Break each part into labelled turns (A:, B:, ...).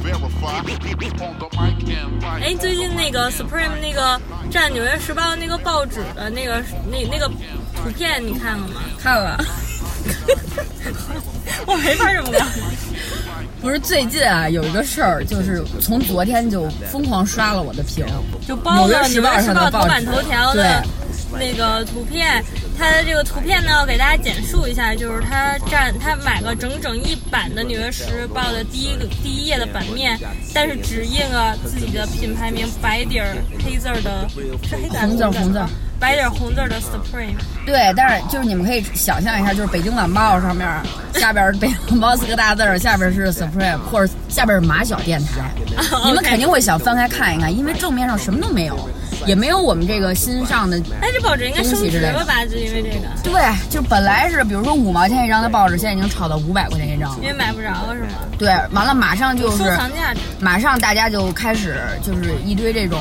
A: verify. People on the mic and mic.
B: 哎，最近那个 Supreme 那个占《纽约时报》那个报纸的那个那那个图片，你看了吗？
C: 看了，
B: 我没法这么聊。
C: 不是最近啊，有一个事儿，就是从昨天就疯狂刷了我的屏，
B: 就包了《纽
C: 纽
B: 约
C: 约
B: 时
C: 时
B: 报
C: 报》
B: 头版头条的那个图片。它的这个图片呢，给大家简述一下，就是他占他买了整整一版的《纽约时报》的第一个第一页的版面，但是只印了自己的品牌名白底儿黑字儿的，是黑字儿还是
C: 红字儿红字儿
B: 白底儿红字儿的 Supreme。
C: 对，但是就是你们可以想象一下，就是《北京晚报》上面下边儿《北京晚报》四个大字儿，下边是 Supreme，或者下边是马小电台，你们肯定会想翻开看一看，因为正面上什么都没有，也没有我们这个新上的
B: 哎，这报纸应该升值了吧？就因为这个，
C: 对，就本来是比如说五毛钱一张的报纸，现在已经炒到五百块钱一张
B: 因
C: 了。
B: 为买不着了是吗？
C: 对，完了马上就
B: 收
C: 是
B: 藏价值。
C: 马上大家就开始就是一堆这种，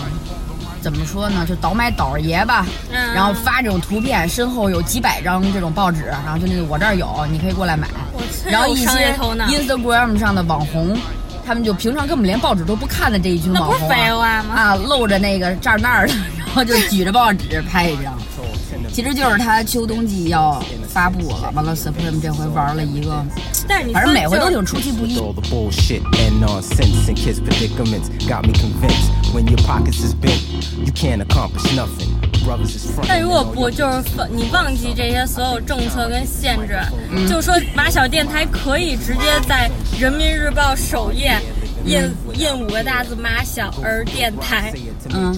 C: 怎么说呢，就倒买倒爷吧，
B: 嗯
C: 然后发这种图片，身后有几百张这种报纸，然后就那个我这儿有，你可以过来买
B: 我真。有
C: 然后一些
B: 商业头脑
C: Instagram 上的网红。他们就平常根本连报纸都不看的这一群
B: 那
C: 网
B: 不是
C: 红
B: 废话
C: 啊，
B: 吗
C: 啊露着那个这儿那儿的，然后就举着报纸拍一张。其实就是他秋冬季要发布了，完了 Supreme 这回玩了一个，
B: 但是你
C: 反正每回都
B: 有
C: 挺出其不意
D: with。all the bullshit and nonsense and kids' predicaments got me convinced when your pockets is bent, you can't accomplish nothing. Brothers is front.
B: 但如果不就是放你忘记这些所有政策跟限制，就说马小电台可以直接在《人民日报》首页印印五个大字“马小儿电台”，
C: 嗯，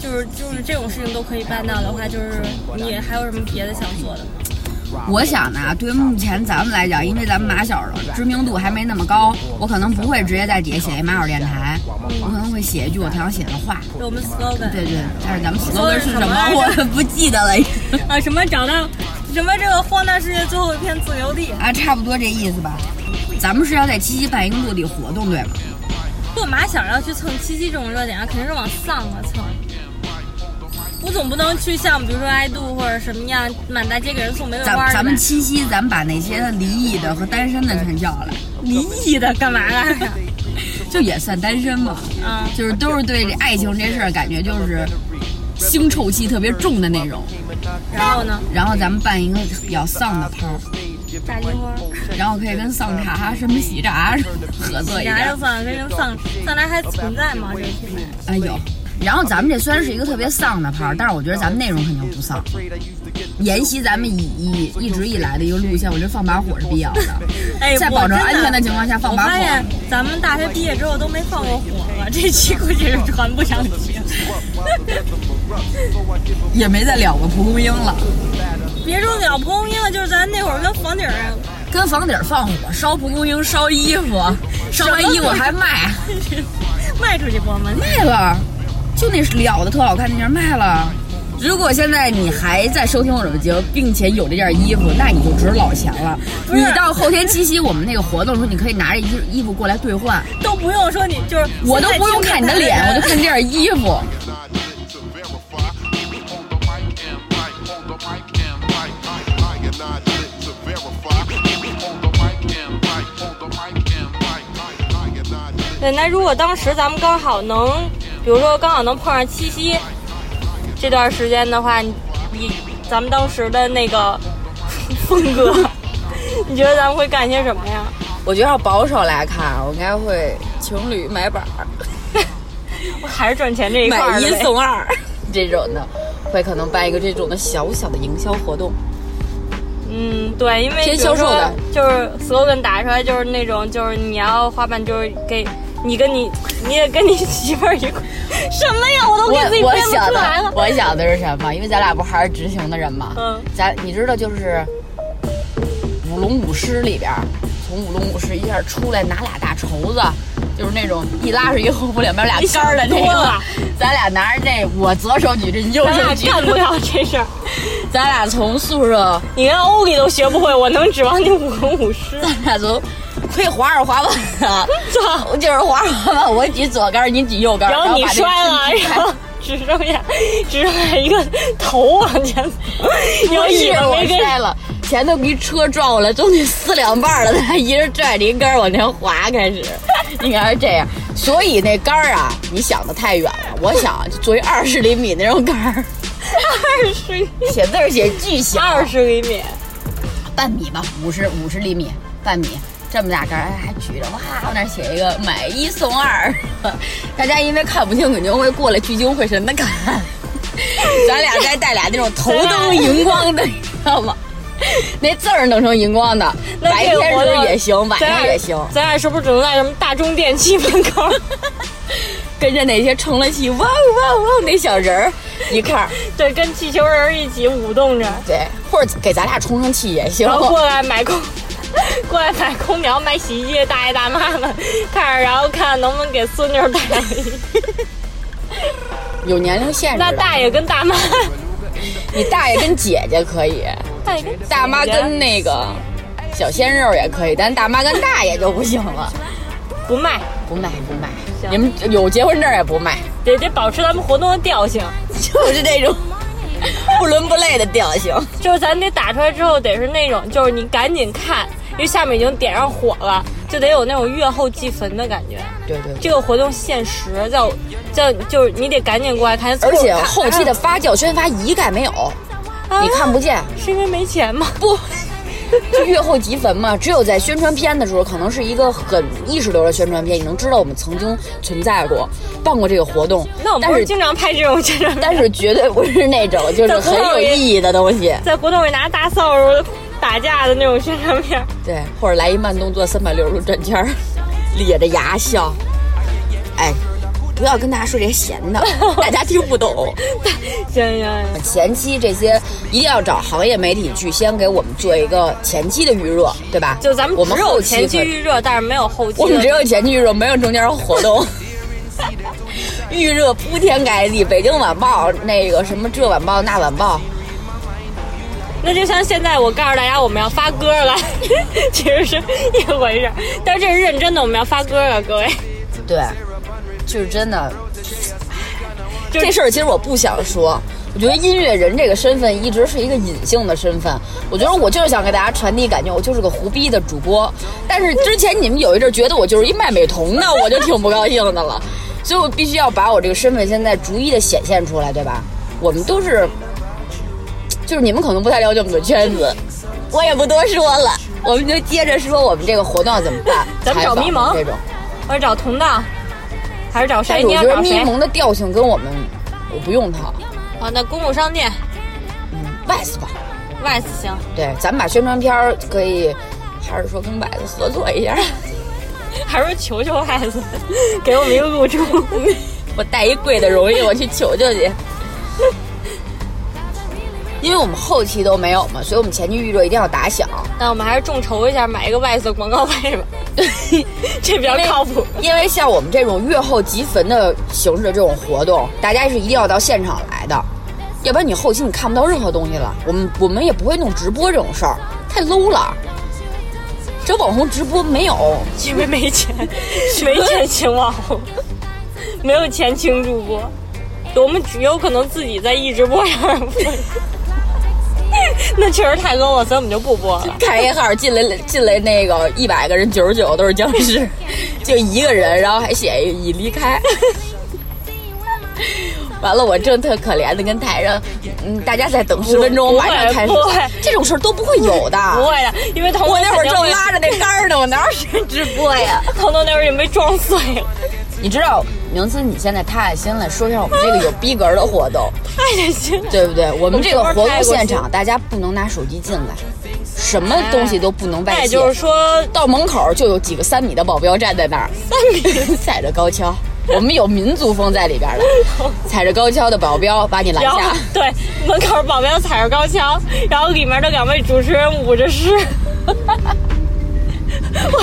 B: 就是就是这种事情都可以办到的话，就是你还有什么别的想做的吗？
C: 我想呢，对于目前咱们来讲，因为咱们马小的知名度还没那么高，我可能不会直接在底下写一马小电台，我可能会写一句我特想写的话。
B: 就我们 slogan
C: 对对，但是咱们 slogan
B: 的
C: 是
B: 是
C: 什
B: 什
C: 么
B: 么，
C: 我不记得了。
B: 啊，什么找到什么这个荒诞世界最后一片自留地，
C: 啊，差不多这意思吧。咱们是要在七夕办一个落地活动，对吗？
B: 做马小要去蹭七夕这种热点啊，肯定是往丧了蹭。我总不能去像比如说爱杜或者什么样，满大街给人送玫瑰花儿
C: 咱
B: 吧
C: 咱们七夕，咱们把那些离异的和单身的全叫来，
B: 离异的干嘛 来着？
C: 就也算单身嘛。
B: 啊，
C: 就是都是对这爱情这事儿感觉就是腥臭气特别重的那种。
B: 然后呢，
C: 然后咱们办一个比较丧的趴儿。
B: 炸金花儿，
C: 然后可以跟丧茶、啊什么喜茶合作一
B: 啥
C: 下
B: 就。算了，跟人丧丧宅还存在吗？这个品牌
C: 哎呦，然后咱们这虽然是一个特别丧的牌儿，但是我觉得咱们内容肯定不丧，沿袭咱们以以一直以来的一个路线，我觉得放把火是必要的。
B: 哎，
C: 在
B: 我
C: 保证
B: 真
C: 安全的情况下放
B: 我
C: 把
B: 发
C: 火。
B: 现咱们大学毕业之后都没放过火了，这期估计是传不上去。
C: 也没再聊过蒲公英了，
B: 别说鸟蒲公英了，就是咱那会儿跟房顶上
C: 跟房顶儿放火烧蒲公英、烧衣服，烧完衣服还卖，
B: 卖出去过吗？
C: 卖了，就那了的特好看那件卖了。如果现在你还在收听我们节目，并且有这件衣服，那你就值老钱了。
B: 不是
C: 你到后天七夕我们那个活动的时候，你可以拿着衣衣服过来兑 换，
B: 都不用说你就是，
C: 我都不用看 你的脸，我就看这件衣服。
A: And I lit to verify. People on the mic and mic, on the mic and mic. High, high, and I lit to verify. People on the mic and mic, on the mic and mic. High, high, and I lit
B: 对，那如果当时咱们刚好能，比如说刚好能碰上七夕这段时间的话，你你咱们当时的那个 风格，你觉得咱们会干些什么呀？
C: 我觉得要保守来看，我应该会情侣买板 儿，
B: 还是赚钱这一块儿的呗
C: 二这种的，会可能办一个这种的小小的营销活动。
B: 嗯，对，因为比
C: 偏
B: 如
C: 销售
B: 说
C: 的
B: 就是 slogan 打出来就是那种，就是你要花瓣，就是给你跟你你也跟你媳妇儿一块，什么呀？我都
C: 我
B: 给自己
C: 我
B: 编不
C: 想
B: 出来
C: 的
B: 了。
C: 我想的是什么？因为咱俩不还是执行的人嘛。
B: 嗯
C: 咱你知道就是舞龙舞狮里边儿，从舞龙舞狮一下出来拿俩大绸子，就就是那种一拉是一个后脖两边俩杆儿的那
B: 你想多了
C: 个，咱俩拿着这，我左手举着，你右
B: 咱
C: 手
B: 俩
C: 举着，
B: 干不了这事儿。
C: 咱俩从宿舍，
B: 你连欧里都学不会，我能指望你舞龙舞狮？
C: 咱俩从可以滑着滑 板啊，我就是滑着滑板，我举左杆儿，你举右杆儿，
B: 然后你
C: 把这个
B: 摔了，
C: 身体
B: 然后 只剩下只剩下一个头往前，然后
C: 不是
B: 尾巴
C: 我
B: 没跟
C: 摔了，前头一车撞过来，中间撕两半儿了，他一人拽着一杆儿往前滑，开始应该是这样。所以那杆儿啊，你想的太远了。我想作为二十厘米那种杆儿，
B: 二十
C: 写字儿写巨小，
B: 二十厘米，
C: 半米吧，五十五十厘米，半米这么大杆儿，哎还举着，哇，往那儿写一个买一送二， 大家因为看不清肯定会过来聚精会神的看，咱俩再带俩那种头
B: 啊
C: 灯荧光的，你知道吗？那字儿弄成荧光的，
B: 那
C: 白
B: 这个
C: 天
B: 活
C: 是不
B: 动
C: 是也行？晚
B: 咱
C: 上
B: 俩
C: 也行，
B: 咱俩是不是只能在什么大中电器门口？
C: 跟着那些成了气，哇哦哇哦哇哦那小人儿一看 儿，
B: 对，跟气球人儿一起舞动着，
C: 对，或者给咱俩充充气也行
B: 然。后过来买空，过来买空调、买洗衣机的大爷大妈们看着，然后看能不能给孙女儿带 一。
C: 有年龄限制的，
B: 那大爷跟大妈，
C: 你大爷跟姐姐可以。
B: 大爷跟姐姐
C: 大妈跟那个小鲜肉也可以，但大妈跟大爷就不行了，
B: 不卖，
C: 不卖不卖。你们有结婚证也不卖，
B: 得得保持咱们活动的调性。
C: 就是这种不伦不类的调性。
B: 就是咱得打出来之后，得是那种，就是你赶紧看，因为下面已经点上火了，就得有那种月后祭坟的感觉。
C: 对对对。
B: 这个活动限时，叫叫就是你得赶紧过来看，
C: 而且后期的发酵宣发一概没有，
B: 啊
C: 你看不见。
B: 是因为没钱吗？
C: 不，就月后即焚嘛，只有在宣传片的时候，可能是一个很意识流的宣传片，你能知道我们曾经存在过，办过这个活动。
B: 那我们
C: 但
B: 不是
C: 是
B: 经常拍这种宣传片，
C: 但是绝对不是 那种就是很有意义的东西。
B: 在活动里拿大扫帚打架的那种宣传片，
C: 对，或者来一慢动作三百六十度转圈儿， 咧着牙笑。哎，不要跟大家说这些闲 的，大家听不懂。
B: 行行行，
C: 前期这些一定要找行业媒体去先给我们做一个前期的预热，对吧？
B: 就咱
C: 我
B: 们
C: 们
B: 只有
C: 后期
B: 前期
C: 可以
B: 预热，但是没有后期的。
C: 我们只有前期预热，没有中间活 动。预热铺天盖地，北京晚报那个什么这晚报那晚报，
B: 那就像现在我告诉大家我们要发歌了， 其实是一回事儿，但是这是认真的，我们要发歌了，各位。
C: 对，就是真的
B: 就是
C: 这事儿其实我不想说，我觉得音乐人这个身份一直是一个隐性的身份。我觉得我就是想给大家传递感觉，我就是个胡逼的主播。但是之前你们有一阵儿觉得我就是一卖美瞳的，我就挺不高兴的了。所以我必须要把我这个身份现在逐一的显现出来，对吧？我们都是，就是你们可能不太了解我们的圈子，我也不多说了，我们就接着说我们这个活动要怎么办，
B: 咱们找
C: 采访
B: 迷蒙
C: 这种。
B: 我是找同道，还是找
C: 但
B: 谁？
C: 是我
B: 哎你
C: 觉
B: 要
C: 得
B: 找
C: 迷
B: 谁？
C: 蒙的调性跟我们，我不用它
B: 好，那公共商店
C: ，vice 吧。
B: Vice 行，
C: 对，咱们把宣传片儿可以，还是说跟百子合作一下？
B: 还是说求求 Vice 给我们一个露出？
C: 我带一贵的荣誉，我去求求去。 因为我们后期都没有嘛，所以我们前期预热一定要打响，
B: 那我们还是众筹一下，买一个 Vice 的广告位 吧，这比较靠谱。
C: 因为像我们这种月后即焚的形式的这种活动，大家是一定要到现场来的，要不然你后期你看不到任何东西了。我们我们也不会弄直播这种事儿，太 low 了。这网红直播没有，
B: 因为没钱， 没钱请网红，没有钱请主播，我们只有可能自己在一直播上 播。那确实太 low 了，所以我们就不播了。
C: 开一号进来进来那个一百个人九十九都是僵 尸，就一个人，然后还写一已离开。 完了，我正特可怜的跟台上，嗯，大家再等十分钟，
B: 不
C: 马上开始
B: 不会，
C: 这种事儿都不会有的。
B: 不会的，因为彤彤
C: 我那会儿
B: 肯定
C: 正
B: 会
C: 拉着那杆儿呢，我哪有时间直播呀？
B: 彤彤那会儿也没撞碎了，
C: 你知道，明思，你现在踏下心来说一下我们这个有逼格的活动，
B: 太开心了。
C: 对不对？我们这个活
B: 我们什么时候
C: 动
B: 开
C: 现
B: 过
C: 场，大家不能拿手机进来，什么东西都不能外
B: 那
C: 泄。
B: 也就是说，
C: 到门口就有几个三米的保镖站在那儿， 三米踩着高跷，我们有民族风在里边了，踩着高跷的保镖把你拦
B: 然后
C: 下，
B: 对门口保镖踩着高跷，然后里面的两位主持人捂着尸， 我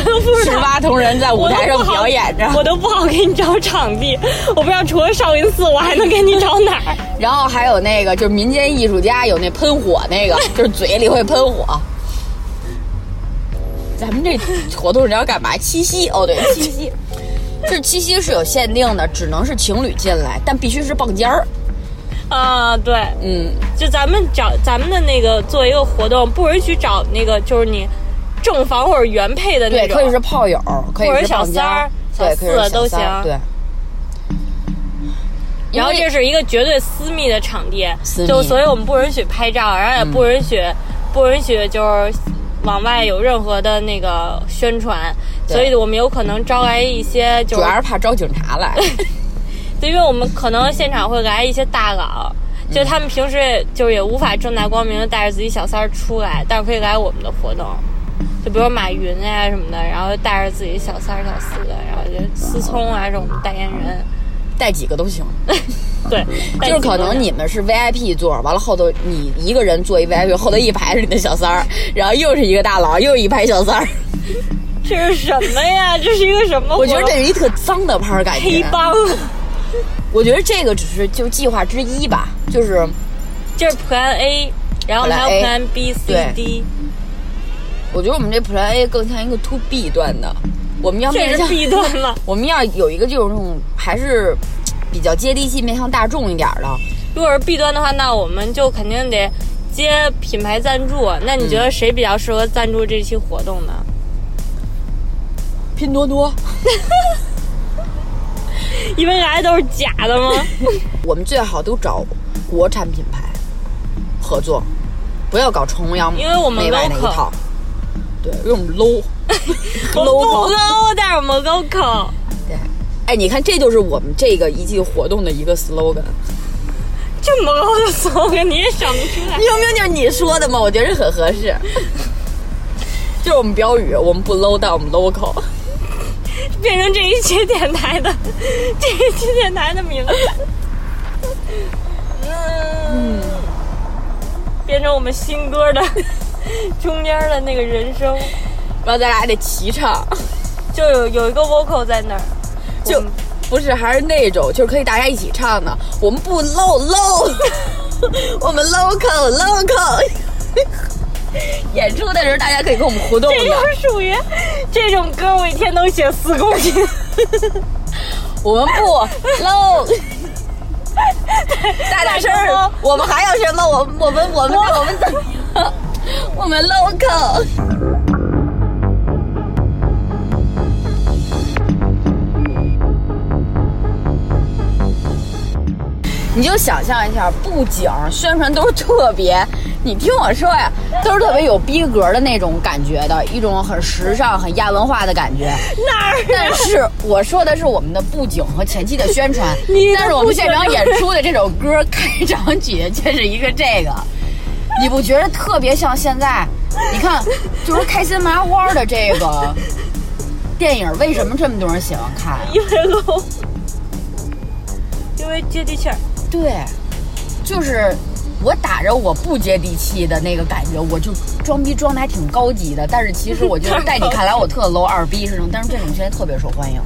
B: 都不知
C: 十
B: 道。
C: 八铜人在舞台上表演着，
B: 我都不好给你找场地，我不知道除了少林寺，我还能给你找哪儿？
C: 然后还有那个就是民间艺术家有那喷火那个，就是嘴里会喷火。咱们这活动是要干嘛？七夕哦，对，七夕， 这七夕是有限定的，只能是情侣进来，但必须是傍尖儿。
B: 啊，对，
C: 嗯，
B: 就咱们找咱们的那个做一个活动，不允许找那个就是你正房或者原配的那
C: 对，
B: 种，
C: 可以是炮友，可
B: 或者
C: 以是
B: 小
C: 傍尖儿，
B: 三儿
C: 对，
B: 小
C: 可以是
B: 四都
C: 小三儿
B: 行
C: 对，
B: 然后
C: 因为
B: 这是一个绝对私密的场地
C: 私，密嗯
B: 就所以我们不允许拍照，然后也不允许、不允许就是往外有任何的那个宣传，
C: 对
B: 所以我们有可能招来一些就
C: 主
B: 是
C: 要是怕招警察来。
B: 对，因为我们可能现场会来一些大佬，
C: 嗯
B: 就他们平时就是也无法正大光明的带着自己小三儿出来，但是可以来我们的活动，就比如马云啊什么的，然后带着自己小三儿、小四的，然后就思聪啊这种代言人，
C: 带几个 都行，
B: 对，带
C: 嗯就是
B: 几
C: 可
B: 个人
C: 能你们是 VIP 座，完了后头你一个人坐一 VIP，后头一排是你的小三儿，然后又是一个大佬，又一排 小三儿。
B: 这是什么呀？这是一个什么活动？
C: 我觉得这是一特脏的拍儿感
B: 黑
C: 觉。
B: 帮，
C: 我觉得这个只是就计划之一吧，就是
B: 这是 Plan A，然后我们还有
C: Plan
B: Plan B、C、
C: 对
B: D，
C: 我觉得我们这 Plan A 更像一个 To B 端的，我们要面
B: 这是
C: 向
B: B 端了。
C: 我们要有一个就是那种还是比较接地气、面向大众一点儿的。
B: 如果是 B 端的话，那我们就肯定得接品牌赞助。那你觉得谁比较适合赞助这期活动呢？
C: 拼多多，
B: 因为来的都是假的 吗？
C: 我们最好都找国产品牌合作，不要搞崇洋
B: 因为我们
C: 媚外那
B: local
C: 一套。对，因为我们 low
B: 我们不
C: local。
B: low，但是我们 local。
C: 对，哎，你看，这就是我们这个一季活动的一个 slogan。
B: 这么 low 的 slogan 你也想不出来。
C: 明明就是你说的嘛，我觉得很 合适。就是我们标语，我们不 low，但我们 local。
B: 变成这一期电台的 这一期电台的名字。 嗯，变成我们新歌的 中间的那个人声，
C: 然后咱俩还得齐唱，
B: 就有有一个 vocal 在那儿，
C: 就不是还是那种，就是可以大家一起唱的。我们不 low low，我们 local local。演出的时候大家可以跟我们互动
B: 这
C: 的，
B: 就是属于这种歌，我一天能写四公斤，
C: 我们不 low。大大声儿，我们还有什么？我们我们我们我们怎么样？我们 local。你就想象一下，布景宣传都是特别，你听我 说呀，都是特别有逼格的那种感觉的，一种很时尚、很亚文化的感觉。
B: 哪儿？啊
C: 但是我说的是我们的布景和前期的宣传，但是我们现场 演出的这首歌开场曲就是一个这个，你不觉得特别像现在？你看，就是开心麻花的这个电影，为什么这么多人喜欢看啊？
B: 因为 low，因为接地气儿。
C: 对，就是我打着我不接地气的那个感觉，我就装逼装的还挺高级的，但是其实我觉得在你看来我特 low 二逼是那种，但是这种现在特别受欢迎。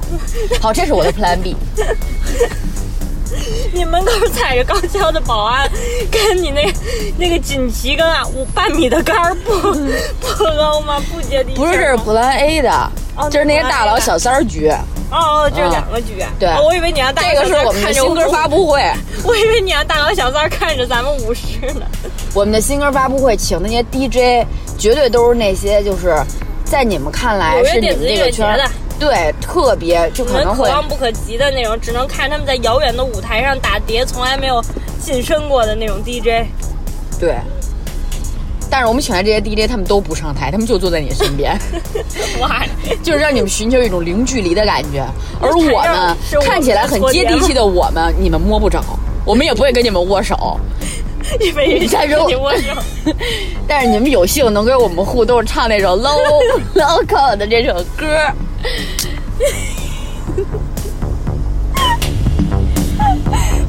C: 好，这是我的 Plan B。
B: 你门口踩着高跷的保安，跟你那那个锦旗跟啊五半米的杆儿不不 low 吗？不接地气
C: 不
B: 儿
C: 是，这是
B: 吗
C: 普兰 A 的，
B: 哦
C: 这是那些大佬小三儿局。
B: 哦，这是两个局。
C: 对啊
B: 哦我以为你让大
C: 这
B: 佬小
C: 个是
B: 三
C: 我
B: 儿
C: 们的
B: 看着
C: 新歌发
B: 我，
C: 布会，
B: 我以为你让大佬小三儿看着咱们舞狮呢。
C: 我们的新歌发布会请那些 DJ，绝对都是那些就是在你们看来
B: 纽约
C: 是你
B: 电
C: 们
B: 子
C: 这
B: 音
C: 个
B: 乐节
C: 圈儿
B: 的
C: 对特别就
B: 我
C: 可
B: 们
C: 能
B: 可
C: 会
B: 望不可及的那种，只能看他们在遥远的舞台上打碟，从来没有近身过的那种 DJ。
C: 对。但是我们请来这些 DJ，他们都不上台，他们就坐在你 身边，
B: 哇，
C: 就是让你们寻求一种零距离的感觉。而我们
B: 是我们
C: 看起来很接地气的我们，你们摸不着，我们也不会跟你们握 手。
B: 你没人
C: 在
B: 跟
C: 揉
B: 你握手，
C: 但是你们有幸能跟我们互动，唱那首 low local 的这首歌。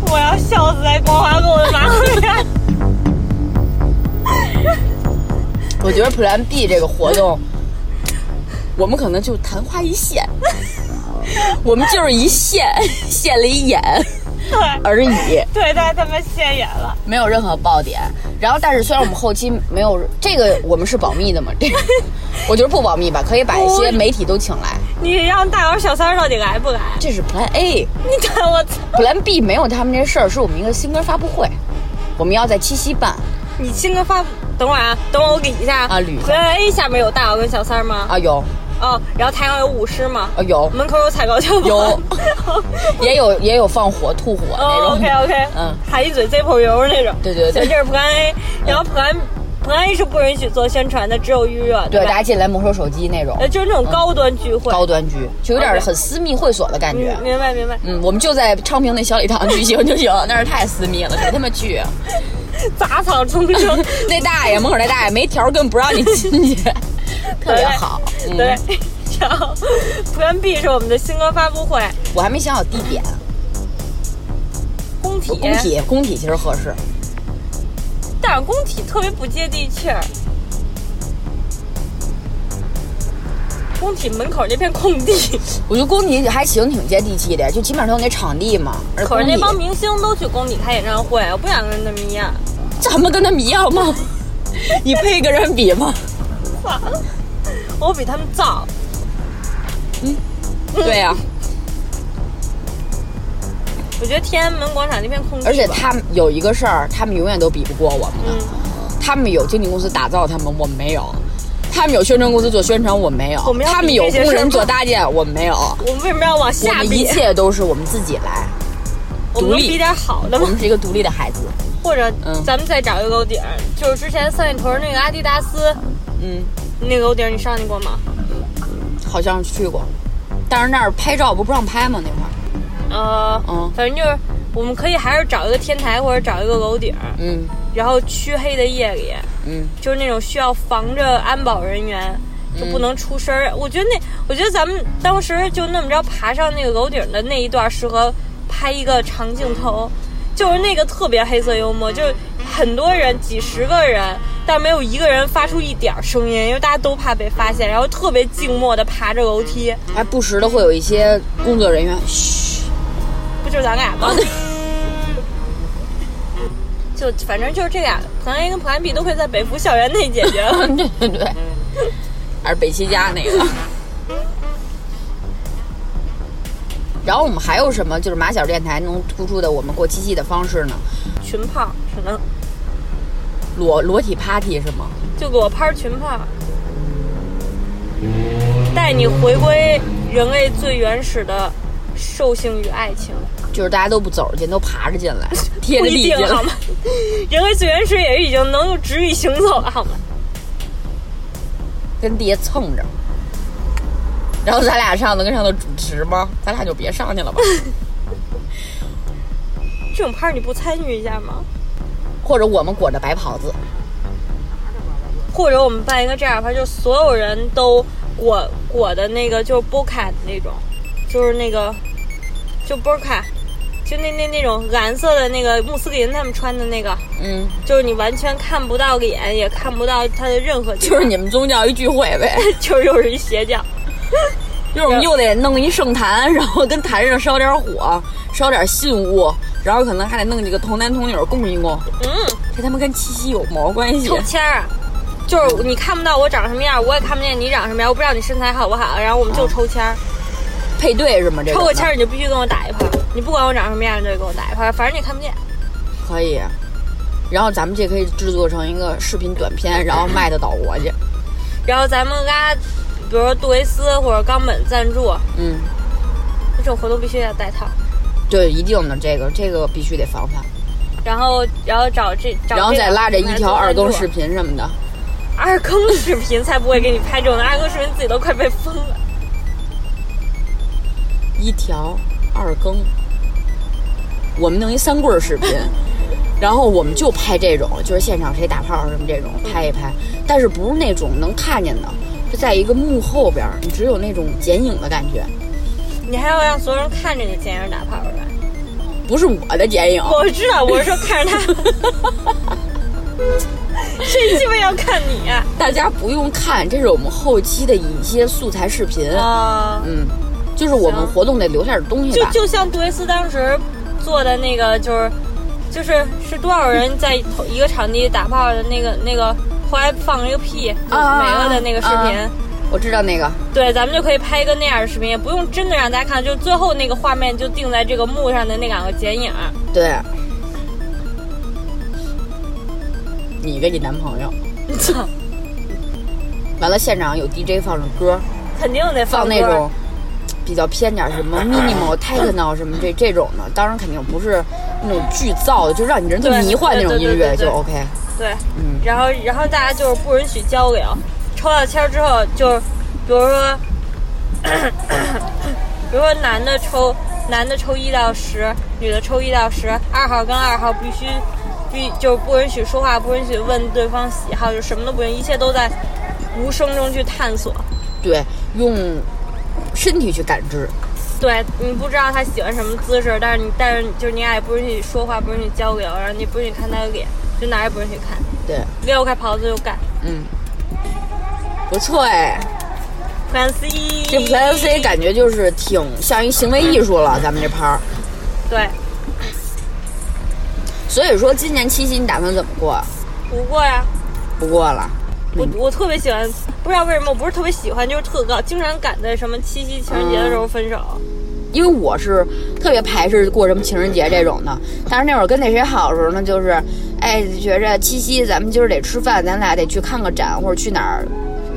B: 我要笑死在光华路的马路边。
C: 我觉得 Plan B 这个活动，我们可能就昙花 一现，我们就是一现，现了一眼
B: 对
C: 而已。
B: 对，太他妈现眼了。
C: 没有任何爆点。然后，但是虽然我们后期没有这个，我们是保密的嘛， 这个我觉得不保密吧，可以把一些媒体都请来。
B: 你让大姚小三儿到底来不来？
C: 这是 Plan A，Plan
B: 你看我操！
C: B 没有他们这事儿，是我们一个新歌发布会，我们要在七夕办
B: 你新歌发布，等会儿啊，等会儿我捋一下
C: 啊捋一下
B: Plan A 下面有大姚跟小三儿吗？
C: 啊，有
B: 哦，然后台上有舞狮吗？
C: 啊有
B: 门口有踩高跷吗？
C: 有也有也有放火吐火那
B: 哦
C: 种。
B: ，OK OK，
C: 嗯，
B: 含一嘴 Zippo 油那种。
C: 对对对
B: 所以这是 Plan A，然后 Plan Plan A 是不允许做宣传的，只有预热。
C: 对，
B: 吧
C: 大家进来没收手机那种
B: 呃，就是那种高端聚会。
C: 高端局，就有点
B: OK
C: 很私密会所的感觉
B: 嗯，。明白明白。
C: 嗯，我们就在昌平那小礼堂举行就行，那是太私密了，谁他妈去啊？
B: 杂草丛生，
C: 那大爷门口那大爷没条儿，根本不让你进去， 特别好。嗯
B: 对。 然后 Plan B 是我们的新歌发布会，
C: 我还没想好地点，
B: 工体。
C: 工体工体其实合适，
B: 但是工体特别不接地气儿。工体门口那片空地，
C: 我觉得工体还行，挺接地气的，就起码它有那场地嘛。而
B: 可是那
C: 工体
B: 帮明星都去工体开演唱会，我不想跟他们一样。
C: 咱们跟他们一样吗？ 你配跟人比吗？
B: 操，我比他们造。嗯
C: 对呀、
B: 我觉得天安门广场那片空地吧，
C: 而且他们有一个事儿，他们永远都比不过我们的。
B: 嗯
C: 他们有经纪公司打造他们，我们没有；他们有宣传公司做宣传，我们没有；
B: 我们要比
C: 他们有
B: 这些
C: 工
B: 事儿
C: 人
B: 吗
C: 做搭建，我们没有。
B: 我们为什么要往
C: 我
B: 下
C: 们一
B: 比？
C: 切都是我们自己来，
B: 我们
C: 独
B: 能
C: 立
B: 比点好的
C: 我
B: 吗？
C: 们是一个独立的孩子。
B: 或者
C: 嗯
B: 咱们再找一个楼顶儿，就是之前三里屯那个阿迪达斯
C: 嗯，
B: 那个楼顶儿，你上去过吗？
C: 好像去过，但是那儿拍照不不让拍吗？那块儿，
B: 呃，
C: 嗯
B: 反正就是我们可以还是找一个天台或者找一个楼顶儿，
C: 嗯
B: 然后黢黑的夜里，
C: 嗯，
B: 就是那种需要防着安保人员，就不能出声儿。
C: 嗯
B: 我觉得那，我觉得咱们当时就那么着爬上那个楼顶的那一段，适合拍一个长镜
C: 嗯
B: 头，就是那个特别黑色幽默，就是很多人，几十个人。但没有一个人发出一点儿声音，因为大家都怕被发现，然后特别静默的爬着楼梯，
C: 还哎不时的会有一些工作人员，嘘，
B: 不就是咱俩吗？就反正就是这俩，Plan A 跟 Plan B 都可以在北服校园内解决了。
C: 对对对，还是北齐家那个。 然后我们还有什么就是马小电台能突出的我们过七夕的方式呢？
B: 群炮只能
C: 裸裸体 party 是吗？
B: 就给我拍群炮，带你回归人类最原始的兽性与爱情，
C: 就是大家都不走着进，都爬着进 来，贴
B: 不
C: 着
B: 一
C: 地进
B: 定好
C: 来
B: 吗。？ 人类最原始也已经能用直立行走了好吗？
C: 跟地下蹭着。然后咱俩上能跟上的主持吗？咱俩就别上 去了吧。
B: 这种拍你不参与一下吗？
C: 或者我们裹着白袍子，
B: 或者我们办一个这样的，反正就所有人都裹裹的那个，就是波卡那种，就是那个，就波卡，就那那那种蓝色的那个穆斯林他们穿的那个，
C: 嗯，
B: 就是你完全看不到脸，也看不到他的任何地
C: 就
B: 方，
C: 是你们宗教一聚会 呗，
B: 就是又是一邪教，
C: 就是我们又得弄一圣坛，然后跟坛上烧点火，烧点信物，然后可能还得弄几个童男童女供一供，
B: 嗯，
C: 这他妈跟七夕有毛关 系
B: 抽？签儿啊。就是你看不到我长什么样，我也看不见你长什么样，我不知道你身材好不好，然后我们就抽签儿，
C: 配对是吗？这
B: 抽个
C: 个
B: 签儿你就必须跟我打一炮，你不管我长什么样，你就给我打一炮，反正你看不见。
C: 可以。然后咱们这可以制作成一个视频短片，然后卖到岛国去。
B: 然后咱们拉，比如说杜维斯或者冈本赞助，
C: 嗯，
B: 这种活动必须得带套。
C: 对，一定的，这个这个必须得防范。
B: 然后，然后找这，找这
C: 然后再拉着一条二更视
B: 视
C: 频什么的，
B: 二更视频才不会给你拍这种的，二更视频自己都快被封了。
C: 一条二更，我们弄一三棍 儿视频，然后我们就拍这种，就是现场谁打炮什么这种拍一拍，但是不是那种能看见的，就在一个幕后边儿，你只有那种剪影的感觉，
B: 你还要让所有人看着你前人打炮是吧？
C: 不是
B: 哦
C: 我的剪影，
B: 我知道，我是说看着他。这鸡巴也要看你啊
C: 大家不用看，这是我们后期的一些素材视频，
B: 哦
C: 嗯，就是我们
B: 行
C: 活动得留下点东西
B: 就
C: 吧。
B: 就像杜维斯当时做的那个，就是就是是多少人在同一个场地打炮的那个那个，后来放了一个屁就
C: 啊
B: 没了的那个视频。
C: 啊我知道那个，
B: 对，咱们就可以拍一个那样的视频，也不用真的让大家看，就最后那个画面就定在这个幕上的那两个剪影。
C: 对。你跟你男朋友，
B: 操，
C: 完了现场有 DJ 放着歌，
B: 肯定得
C: 放那
B: 歌
C: 种比较偏点儿 什么 minimal techno 什么这这种的，当然肯定不是那种巨燥的，就让你人特
B: 对
C: 迷幻那种
B: 对对
C: 音乐
B: 对对
C: 就 OK。
B: 对，
C: 嗯
B: 然后然后大家就是不允许交流，抽到签儿之后就是，比如说， 比如说男的抽男的抽一到十，女的抽一到十，二号跟二号必须必就是不允许说话，不允许问对方喜好，就什么都不允许，一切都在无声中去探索。
C: 对，用身体去感知。
B: 对你不知道他喜欢什么姿势，但是你但是就是你俩也不允许说话，不允许交流，然后你不允许看他的脸，就哪儿也不允许看，
C: 对，
B: 撩开袍子就干。
C: 嗯，不错哎，
B: f a n c y
C: 这 Plan C 感觉就是挺像一行为艺术了，咱们这盘儿。
B: 对，
C: 所以说今年七夕你打算怎么过？
B: 不过呀，
C: 不过了，
B: 我我特别喜欢，不知道为什么我不是特别喜欢，就是特高，经常赶在什么七夕情人节的时候分手。
C: 因为我是特别排斥过什么情人节这种的。但是那会儿跟那谁好的时候呢，就是，哎，觉着七夕咱们今儿得吃饭，咱俩得去看个展，或者去哪儿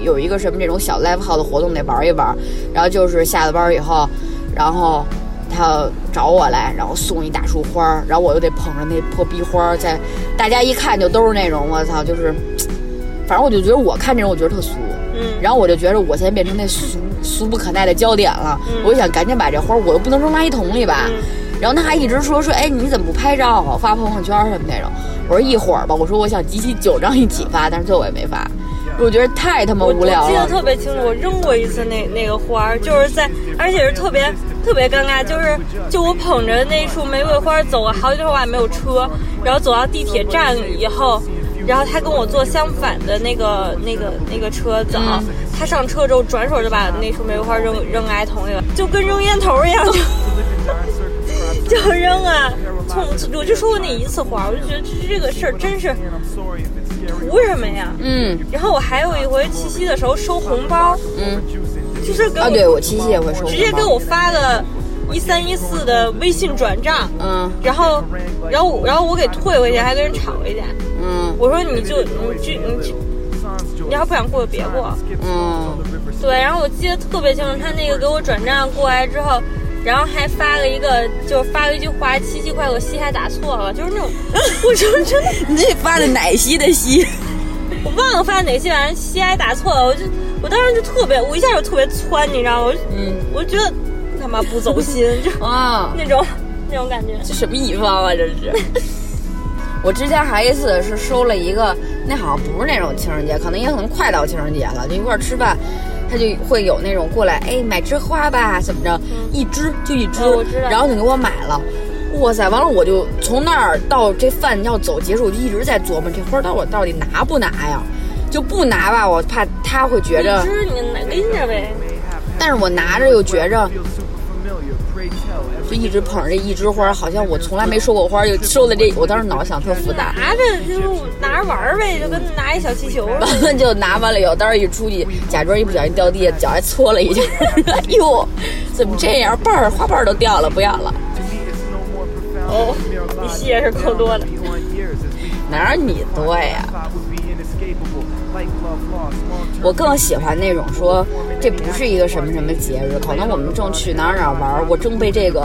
C: 有一个什么这种小 live house 的活动得玩一玩。然后就是下了班以后，然后他要找我来，然后送一大束花儿，然后我又得捧着那破逼花儿，在大家一看就都是那种我操，就是，反正我就觉得我看这种我觉得特俗。
B: 嗯，
C: 然后我就觉得我现在变成那俗俗不可耐的焦点了，
B: 嗯
C: 我就想赶紧把这花儿，我又不能扔垃圾桶里吧。然后他还一直说说，哎，你怎么不拍照啊，发朋友圈什么那种。我说一会儿吧，我说我想集齐九张一起发，但是最后我也没发，我觉得太他妈
B: 我
C: 无
B: 我
C: 聊啊
B: 记得
C: 了。
B: 特别清楚，我扔过一次那那个花儿，就是在，而且是特别特别尴尬，就是就我捧着那束玫瑰花儿走了好几条我也没有车，然后走到地铁站以后。然后他跟我坐相反的那个、那个、那个车走，
C: 嗯
B: 他上车之后转手就把那束玫瑰花扔扔垃圾桶里了，就跟扔烟头一样，就就 扔啊！从我就说过那一次花，我就觉得这这个事儿真是图什么呀？
C: 嗯，
B: 然后我还有一回七夕的时候收红包，
C: 嗯，
B: 就是给我、
C: 啊，对我七夕也会收红包，
B: 直接给我发了一三一四的微信转账，
C: 嗯
B: 然后然后然后我给退回去，还跟人吵一架，
C: 嗯
B: 我说你就你去你去。你要不想过就别过，
C: 嗯，
B: 对。然后我记得特别清楚，他那个给我转账过来之后，然后还发了一个，就是发了一句话“七夕快乐”，西还打错了，就是那种， 我说真的，
C: 你这发的奶昔的昔，
B: 我忘了发哪些，反正西还打错了，我就我当时就特别，我一下就特别窜，你知道吗？我就
C: 嗯
B: 我觉得他妈不走心， 就
C: 啊，
B: 那种那种感觉。
C: 这什么乙方啊，这是。我之前还一次是收了一个，那好像不是那种情人节，可能也可能快到情人节了，就一块儿吃饭，他就会有那种过来，哎，买枝花吧，怎么着，一支就一支，
B: 嗯我知道
C: 然后就给我买了。哇塞！完了，我就从那儿到这饭要走结束，我就一直在琢磨这花儿到我到底拿不拿呀？就不拿吧，我怕他会觉着
B: 一，只你拿拎着呗，
C: 但是我拿着又觉着，
D: Feel super familiar, pray tell. Every
C: 就一直捧着这一枝花儿，好像我从来没收过花儿，就收了这，我当时脑子想特复杂。
B: 拿着就拿着玩儿呗，就跟拿一小气球似的。
C: 完了就拿完了以后，当时一出去，假装一不小心掉地下，脚还搓了一下， 哎呦，怎么这样？瓣儿花瓣儿都掉了，不要了。
D: it's no more profound.
B: 哦，你戏也是够多的。
D: Beyond years as we
C: 哪有你多呀？
D: thought would be inescapable. Like love lost, long term
C: 我更喜欢那种说，这不是一个什么什么节日，可能我们正去哪儿哪儿玩儿，我正被这个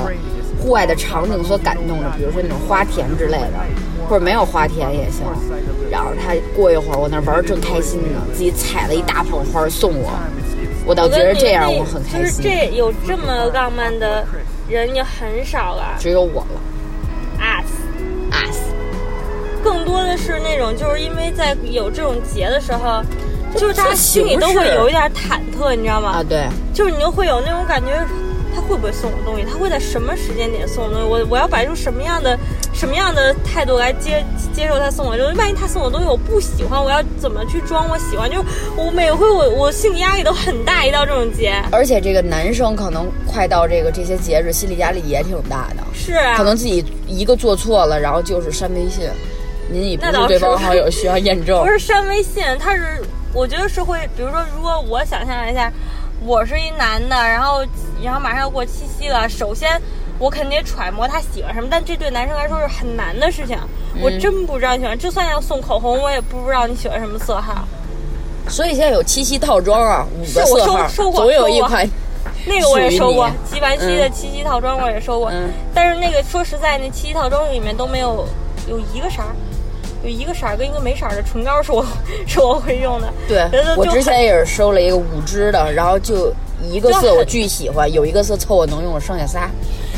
C: 户外的场景所感动着，比如说那种花田之类的，或者没有花田也行。然后他过一会儿，我那玩儿正开心呢，自己采了一大捧花儿送我，我倒
B: 我
C: 觉
B: 跟
C: 得
B: 你
C: 这样
B: 那
C: 我很开
B: 就是
C: 心，
B: 这有这么浪漫的人也很少啊了
C: 只有我了
B: ，us。
C: 啊死
B: 更多的是那种，就是因为在有这种节的时候，就是大家心里都
C: 这
B: 会
C: 形式
B: 有一点忐忑，你知道吗？
C: 啊！对，
B: 就是你就会有那种感觉，他会不会送我东西，他会在什么时间点送我东西，我我要摆出什么样的什么样的态度来接接受他送我，就是万一他送我东西我不喜欢，我要怎么去装我喜欢？就是我每回我我心理压力都很大，一到这种节
C: 而且这个男生可能快到这个这些节日，心理压力也挺大的，
B: 是啊，
C: 可能自己一个做错了，然后就是删微信。您已不
B: 那倒
C: 是
B: 是
C: 对方好友，需要验证
B: 不。是删微信，他是我觉得是会，比如说，如果我想象一下，我是一男的，然后然后马上要过七夕了，首先我肯定得揣摩他喜欢什么，但这对男生来说是很难的事情。我
C: 嗯
B: 真不知道你喜欢，就算要送口红，我也不知道你喜欢什么色号。
C: 所以现在有七夕套装啊，五
B: 是
C: 个
B: 我
C: 色
B: 收
C: 号，
B: 收过
C: 总有
B: 收
C: 一
B: 过
C: 款
B: 那个我也收过
C: 属于，
B: 纪梵希的七夕套装我也收过，
C: 嗯
B: 但是那个说实在，那七夕套装里面都没有有一个色儿，有一个色儿跟一个没色儿的唇膏是我 是我会用的。
C: 对
B: 觉得，
C: 我
B: 就
C: 之
B: 很
C: 前也是收了一个五支的，然后就一个
B: 就
C: 色
B: 很
C: 我巨喜欢，有一个色凑合能用，剩下仨，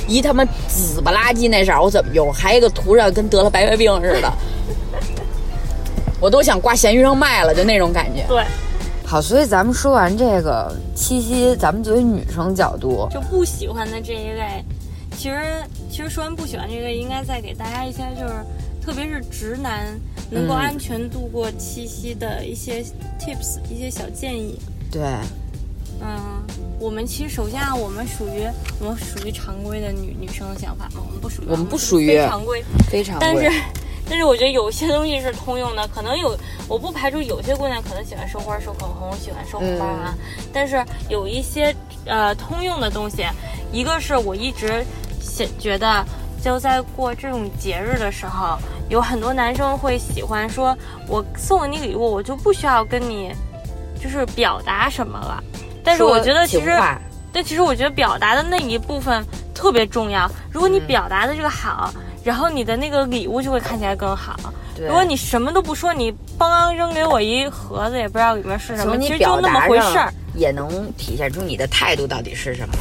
C: 一他妈紫不拉几那色儿我怎么用？还有一个涂上跟得了白血病似的， 我都想挂闲鱼上卖了，就那种感觉。
B: 对，
E: 好，所以咱们说完这个七夕，咱们作为女生角度，
B: 就不喜欢的这一类，其实其实说完不喜欢这个，应该再给大家一些就是，特别是直男能够
C: 嗯
B: 安全度过七夕的一些 tips，、一些小建议。
E: 对，
B: 嗯，我们其实首先啊，我们属于我们属于常规的女女生的想法嘛，啊我们不属于，
C: 我们不属于
B: 非常规，
C: 非常
B: 但
C: 贵
B: 是。 但是我觉得有些东西是通用的，可能有我不排除有些姑娘可能喜欢收花、收口红、喜欢收红包啊，
C: 嗯
B: 但是有一些呃通用的东西，一个是我一直想觉得就在过这种节日的时候，有很多男生会喜欢说，我送了你礼物，我就不需要跟你就是表达什么了。但是
C: 说
B: 我觉得其
C: 情
B: 实
C: 话
B: 但其实我觉得表达的那一部分特别重要。如果你
C: 嗯
B: 表达的这个好，然后你的那个礼物就会看起来更好。
C: 对
B: 如果你什么都不说，你邦扔给我一盒子，也不知道里面是什么，
C: 从
B: 其
C: 你
B: 实就
C: 表
B: 那么
C: 达
B: 回事儿
C: 上。也能体现出你的态度到底是什么。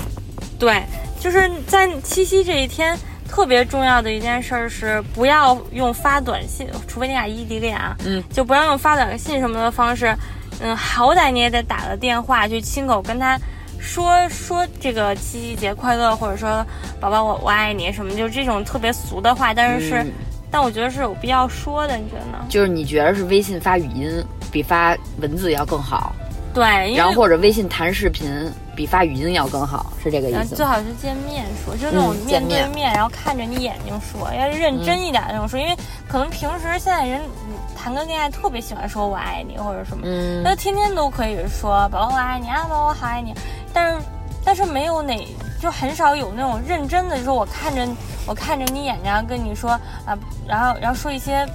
B: 对，就是在七夕这一天，特别重要的一件事儿是不要用发短信，除非你俩异地恋啊，
C: 嗯，
B: 就不要用发短信什么的方式，嗯，好歹你也得打个电话去亲口跟他说说这个七夕节快乐，或者说宝宝我我爱你什么，就这种特别俗的话，但是是，
C: 嗯
B: 但我觉得是有必要说的，你觉得呢？
C: 就是你觉得是微信发语音比发文字要更好，
B: 对，因为
C: 然后或者微信谈视频比发语音要更好，是这个意
B: 然后
C: 思
B: 最
C: 吗？
B: 好是见面说，就那种
C: 嗯
B: 面
C: 见
B: 对
C: 面
B: 面，然后看着你眼睛说，要认真一点那种说，因为可能平时现在人嗯谈个恋爱特别喜欢说我爱你或者什么，
C: 嗯
B: 那、天天都可以说宝宝我爱你啊，宝宝我好爱你，但是但是没有哪就很少有那种认真的说我看着我看着你眼睛然后跟你说啊，然后然后说一些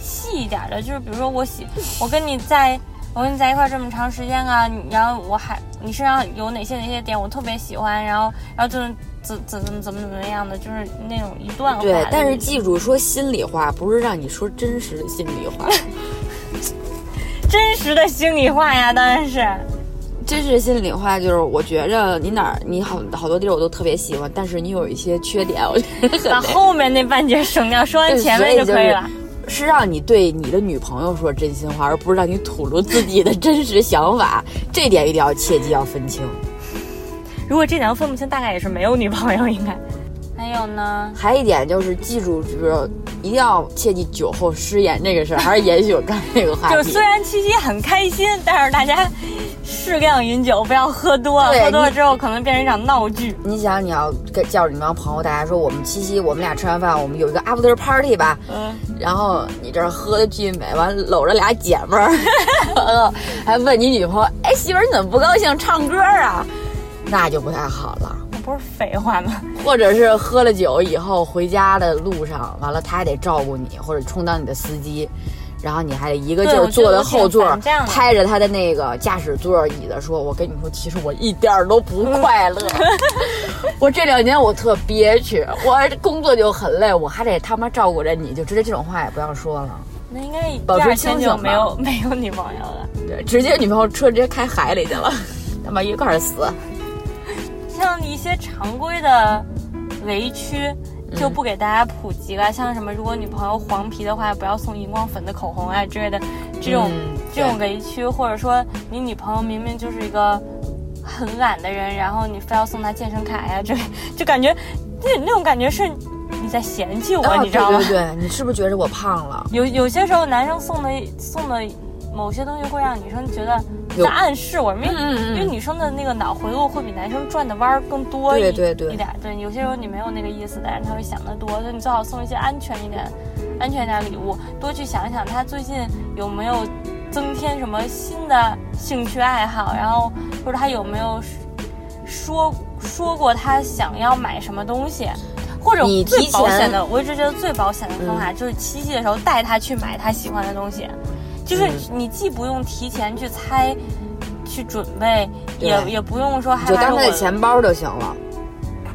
B: 细一点的，就是比如说我喜，我跟你在，我跟你在一块儿这么长时间啊，你然后我还你身上有哪些哪些点我特别喜欢，然后然后就是怎怎怎么怎么怎么样的，就是那种一段话。
C: 对，但是记住说心里话，不是让你说真实的心里 话。
B: 真实的心里话呀，当然是
C: 真实心里话就是，我觉着你哪儿你好好多地儿我都特别喜欢，但是你有一些缺点，我觉得很
B: 把
C: 累
B: 后面那半截省掉，说完
C: 对
B: 前面
C: 所以
B: 可以了。
C: 是。是让你对你的女朋友说真心话，而不是让你吐露自己的真实想法，这点一定要切记要分清。
B: 如果这两个分不清，大概也是没有女朋友应该。还有呢，
C: 还一点就是记住，就是一定要切记酒后失言这个事儿，还是延续我刚才那个话
B: 就
C: 题
B: 虽。然七夕很开心，但是大家适量饮酒，不要喝多了，
C: 对
B: 喝多了
C: 你
B: 之后可能变成一场闹剧。
C: 你想，你要跟叫你那帮朋友，大家说我们七夕，我们俩吃完饭，我们有一个 after party 吧。
B: 嗯，
C: 然后你这儿喝的巨美，完搂着俩姐们儿， 呃还问你女朋友，哎媳妇儿你怎么不高兴唱歌啊？那就不太好了。
B: 那不是废话吗？
C: 或者是喝了酒以后回家的路上，完了他还得照顾你，或者充当你的司机，然后你还得一个劲
B: 对我
C: 儿
B: 觉得
C: 坐在
B: 我挺
C: 后座
B: 反这样，的
C: 拍着他的那个驾驶座椅子说：“我跟你说，其实我一点儿都不 快乐。 我这两年我特憋屈，我工作就很累，我还得他妈照顾着你，就直接这种话也不要说了。
B: 那应该第
C: 保持
B: 二天
C: 清醒
B: 就
C: 吧
B: 没有 没有女朋友了。
C: 对，直接女朋友车直接开海里去了，他妈一块儿死。
B: 像一些常规的雷区就不给大家普及
C: 嗯
B: 了，像什么如果女朋友黄皮的话，不要送荧光粉的口红啊之类的这种、
C: 嗯
B: 这种雷区，或者说你女朋友明明就是一个。很懒的人，然后你非要送他健身卡呀，这就感觉那那种感觉是你在嫌弃我，
C: 啊
B: 你知道吗？
C: 对对对，你是不是觉着我胖了？
B: 有有些时候男生送的送的某些东西会让女生觉得
C: 有
B: 在暗示我，因为、
C: 嗯嗯
B: 因为女生的那个脑回路会比男生转的弯儿更多一
C: 对对对
B: 一点儿。对，有些时候你没有那个意思，但是他会想得多，所以你最好送一些安全一点、安全一点儿礼物，多去想想他最近有没有增添什么新的兴趣爱好，然后或者他有没有说说过他想要买什么东西，或者
C: 你
B: 最
C: 提
B: 保险
C: 前嗯
B: 的，我一直觉得最保险的方法就是七夕的时候带他去买他喜欢的东西，就是
C: 嗯
B: 你既不用提前去猜、去准备，也
C: 对
B: 也不用说害
C: 就
B: 怕
C: 当
B: 说
C: 他的
B: 我
C: 钱包就行了。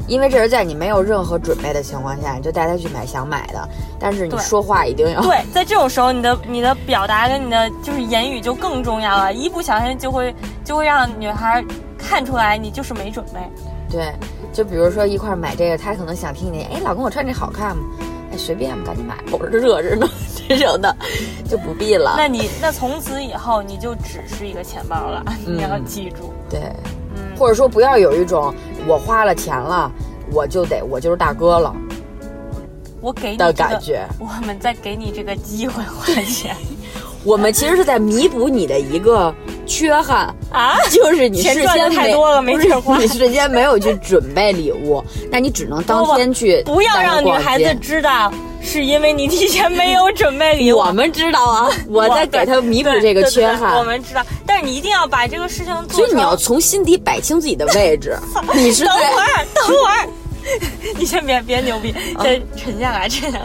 C: 因为这是在你没有任何准备的情况下，你就带他去买想买的，但是你
B: 对
C: 说话一定要
B: 对，在这种时候，你的你的表达跟你的就是言语就更重要了，一不小心就会就会让女孩看出来你就是没准备。
C: 对，就比如说一块儿买这个，他可能想听你，哎，老公，我穿这好看吗？哎，随便吧，赶紧买吧，我这热着呢， 这种的就不必了。
B: 那你那从此以后你就只是一个钱包了，
C: 嗯
B: 你要记住。
C: 对，
B: 嗯，
C: 或者说不要有一种我花了钱了，我就得我就是大哥了
B: 我给你
C: 的
B: 这个
C: 感觉。
B: 我们再给你这个机会花钱
C: 我们其实是在弥补你的一个缺憾，
B: 啊！
C: 就是你
B: 钱
C: 事
B: 赚得
C: 先
B: 太
C: 没
B: 多了没
C: 不是
B: 地儿花
C: 你事先没有去准备礼物，那你只能当
B: 不不
C: 天去
B: 不要
C: 带他
B: 让女
C: 逛
B: 孩
C: 街
B: 子知道，是因为你提前没有准备礼物。
C: 我们知道啊，我在给他弥补
B: 对
C: 这个
B: 对对
C: 缺
B: 对
C: 憾
B: 我。们知道，但是你一定要把这个事情做成。
C: 所以你要从心底摆清自己的位置，你是
B: 等
C: 在
B: 会儿，等会儿， 你先别别牛逼，
C: 嗯
B: 先沉下来，这样，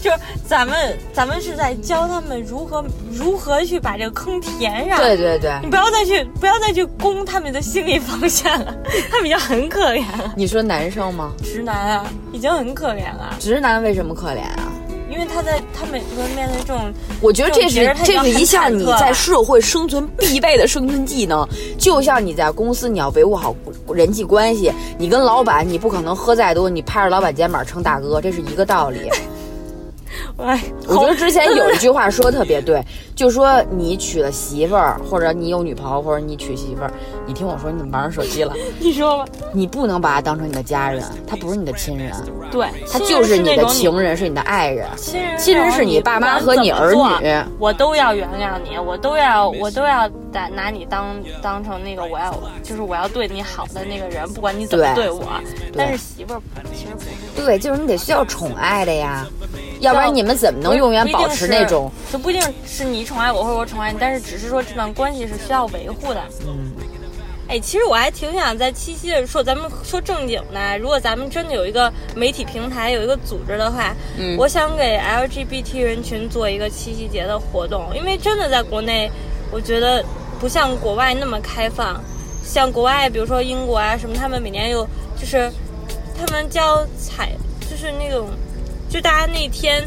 B: 就是咱们咱们是在教他们如何如何去把这个坑填上。
C: 对对对，
B: 你不要再去，不要再去攻他们的心理防线了，他们已经很可怜了。
C: 你说男生吗？
B: 直男啊，已经很可怜了，
C: 直男为什么可怜啊？
B: 因为他在他每个面对这种，
C: 我觉得这
B: 就觉
C: 是
B: 得他已经
C: 这是一项你
B: 很忐忑啊
C: 在
B: 了
C: 社会生存必备的生存技能，就像你在公司你要维护好人际关系，你跟老板你不可能喝再多，你拍着老板肩膀称大哥，这是一个道理。
B: 哎，
C: 我觉得之前有一句话说得特别对， 就说你娶了媳妇儿，或者你有女朋友，或者你娶媳妇儿，你听我说，你忙着手机了，
B: 你说吧，
C: 你不能把她当成你的家人，她不是你的亲人，
B: 对，
C: 她就是你的
B: 情人
C: 情人，是你的爱人。
B: 亲人
C: 亲人
B: 那种
C: 是你爸妈
B: 不管
C: 和
B: 怎
C: 你
B: 么
C: 儿
B: 做
C: 女
B: 我都要原谅你，我都要我都要拿拿你当当成那个我要就是我要对你好的那个人，不管你怎么
C: 对
B: 对我。但是媳妇儿其实不是，
C: 对，就是你得需要宠爱的呀，要不然你们怎么能永远
B: 不一定
C: 保持那
B: 是
C: 种？
B: 就不一定是你宠爱我或者我宠爱你，但是只是说这段关系是需要维护的。嗯。哎，其实我还挺想在七夕的说，咱们说正经的，如果咱们真的有一个媒体平台，有一个组织的话，嗯，我想给 LGBT 人群做一个七夕节的活动，因为真的在国内，我觉得不像国外那么开放，像国外，比如说英国啊什么，他们每年有就是他们叫彩，就是那种，就大家那天，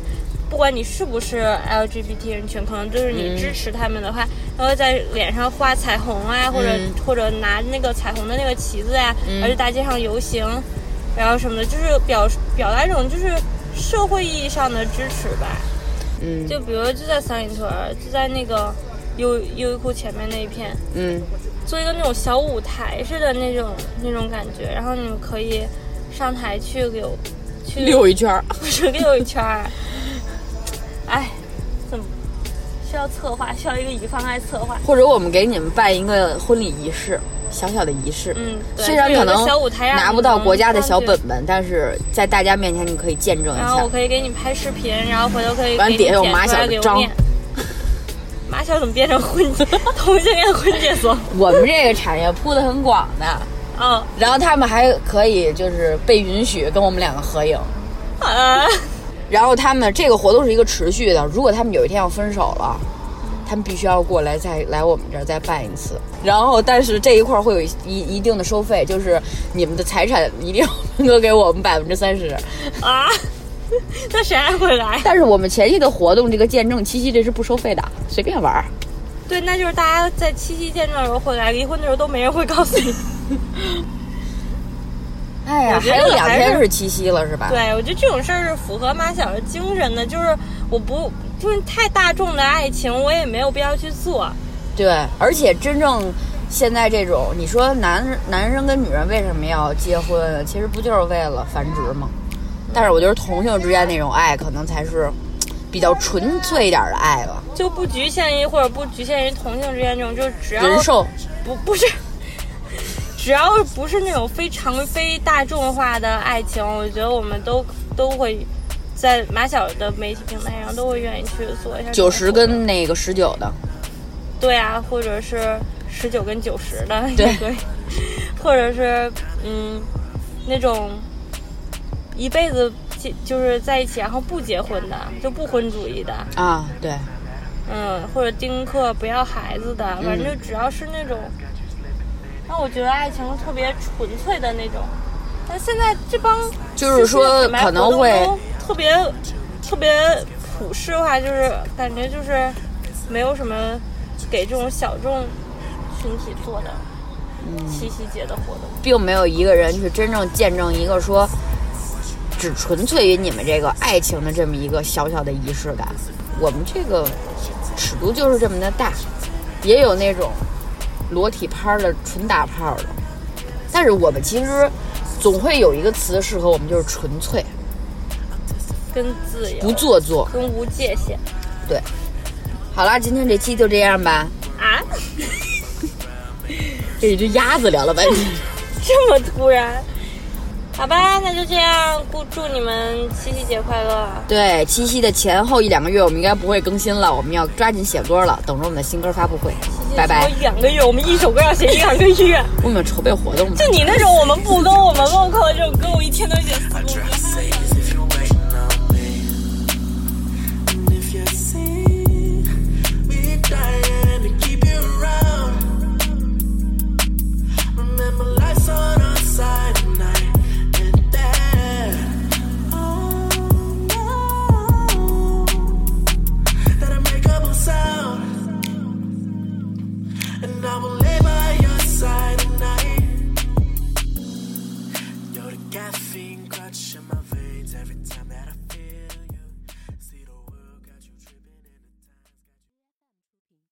B: 不管你是不是 LGBT 人群，可能就是你支持他们的
C: 嗯
B: 话，然后在脸上画彩虹啊，或者、或者拿那个彩虹的那个旗子啊，
C: 嗯
B: 而且大街上游行，然后什么的，就是表表达一种就是社会意义上的支持吧。
C: 嗯
B: 就比如就在三里屯儿，就在那个优优衣库前面那一片，
C: 嗯，
B: 做一个那种小舞台似的那种那种感觉，然后你们可以上台去溜去
C: 一圈儿，
B: 不是溜一圈儿。 哎，怎么需要策划？需要一个乙方来策划。
C: 或者我们给你们办一个婚礼仪式，小小的仪式。
B: 嗯，对
C: 虽然
B: 就有
C: 可
B: 一个
C: 能
B: 小舞台啊让
C: 拿
B: 你
C: 不到
B: 能
C: 国家的
B: 上
C: 小
B: 去
C: 本本，但是在大家面前你可以见证一
B: 然后
C: 下
B: 我。可以给你拍视频，然后回头可以
C: 完
B: 给你
C: 底下有
B: 剪
C: 马
B: 出
C: 小
B: 来
C: 的
B: 留
C: 章
B: 念。 马小怎么变成婚介 同性恋婚介所？
C: 我们这个产业铺的很广的，
B: 哦，
C: 然后他们还可以就是被允许跟我们两个合影。
B: 啊，
C: 然后他们这个活动是一个持续的，如果他们有一天要分手了，他们必须要过来再来我们这儿再办一次。然后，但是这一块儿会有一一一定的收费，就是你们的财产一定要 分割给我们百分之三十。
B: 啊， 那谁还会来？
C: 但是我们前期的活动，这个见证七夕这是不收费的，随便玩儿。
B: 对，那就是大家在七夕见证的时候会来，离婚的时候都没人会告诉 你。
C: 哎呀，
B: 我觉得
C: 还有两
B: 还
C: 天
B: 是
C: 是七夕了，是吧？
B: 对，我觉得这种事儿是符合马小的精神的，就是我不就是太大众的爱情，我也没有必要去做。
C: 对，而且真正现在这种，你说男男生跟女人为什么要结婚？其实不就是为了繁殖吗？但是我觉得同性之间那种爱，可能才是比较纯粹一点的爱吧。
B: 就不局限于或者不局限于同性之间这种，就只要
C: 人兽
B: 不不是，只要不是那种非常非大众化的爱情，我觉得我们都都会在马小的媒体平台上都会愿意去做一下这种活动。
C: 九十跟那个十九的，
B: 对啊，或者是十九跟九十的
C: 对
B: 也可以，或者是嗯那种一辈子结就是在一起然后不结婚的，就不婚主义的，
C: 啊，对，
B: 嗯，或者丁克不要孩子的，反正
C: 嗯
B: 就只要是那种，那我觉得爱情特别纯粹的那种。但现在这帮
C: 就是说可能会
B: 这些买活动都特别特别普世化，就是感觉就是没有什么给这种小众群体做的
C: 嗯
B: 七夕节的活动。
C: 并没有一个人去真正见证一个说，只纯粹于你们这个爱情的这么一个小小的仪式感。我们这个尺度就是这么的大，也有那种裸体拍儿的、纯打炮儿的，但是我们其实总会有一个词适合我们，就是纯粹，
B: 跟自由、
C: 不做作。
B: 跟无界限
C: 好啦，今天这期就这样吧。
B: 啊，
C: 这一只鸭子聊了半天，
B: 这么突然。好吧，那就这样，祝祝你们七夕节快乐。啊
C: 对，七夕的前后一两个月我们应该不会更新了，我们要抓紧写歌了，等着我们的新歌发布会。拜拜。
B: 两个月，我们一首歌要写一两个月。
C: 我们有筹备活动吗？
B: 就你那种，我们不更，我们问客这种歌，我一天都写四五遍。